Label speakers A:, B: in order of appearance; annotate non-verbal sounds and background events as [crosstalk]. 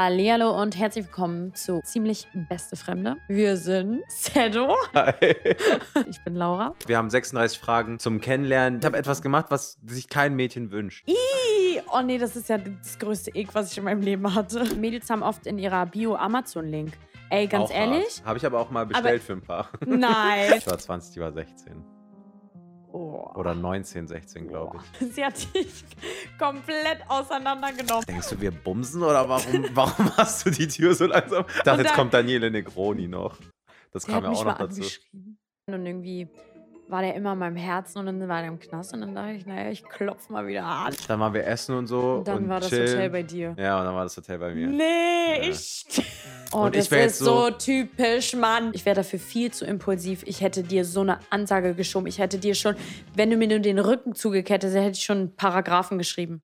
A: Hallihallo und herzlich willkommen zu Ziemlich Beste Fremde. Wir sind [laughs] Sedo. Ich bin Laura.
B: Wir haben 36 Fragen zum Kennenlernen. Ich habe etwas gemacht, was sich kein Mädchen wünscht.
A: Ih, Oh nee, das ist ja das größte Ick, was ich in meinem Leben hatte. Mädels haben oft in ihrer Bio Amazon-Link. Ey, ganz
B: Auch
A: ehrlich?
B: hart. Habe ich aber auch mal bestellt für
A: [laughs]
B: ein paar.
A: Nein.
B: Ich war 20, die war 16.
A: Oh.
B: Oder 19, 16, glaube ich.
A: Sie hat dich komplett auseinandergenommen.
B: Denkst du, wir bumsen
A: [laughs]
B: oder warum, warum hast du die Tür so langsam? Ich dachte,
A: dann-
B: jetzt kommt Daniele Negroni noch. Das
A: Sie
B: kam
A: hat
B: ja
A: mich
B: auch
A: mal
B: noch dazu.
A: angeschrieben. Und irgendwie war der immer in meinem Herzen und dann war der im Knast und dann dachte ich, naja, ich klopf mal wieder an.
B: Dann waren wir essen und so.
A: Oh, Und dann
B: und
A: war das
B: chillen.
A: Hotel bei dir.
B: Ja, und dann war das Hotel bei mir.
A: Nee,
B: Ja.
A: ich. Oh,
B: Und
A: das
B: ich wär
A: ist
B: jetzt
A: so
B: so-
A: typisch, Mann. Ich wäre dafür viel zu impulsiv. Ich hätte dir so eine Ansage geschoben. Ich hätte dir schon, wenn du mir nur den Rücken zugekettet hättest, hätte ich schon einen Paragraphen geschrieben.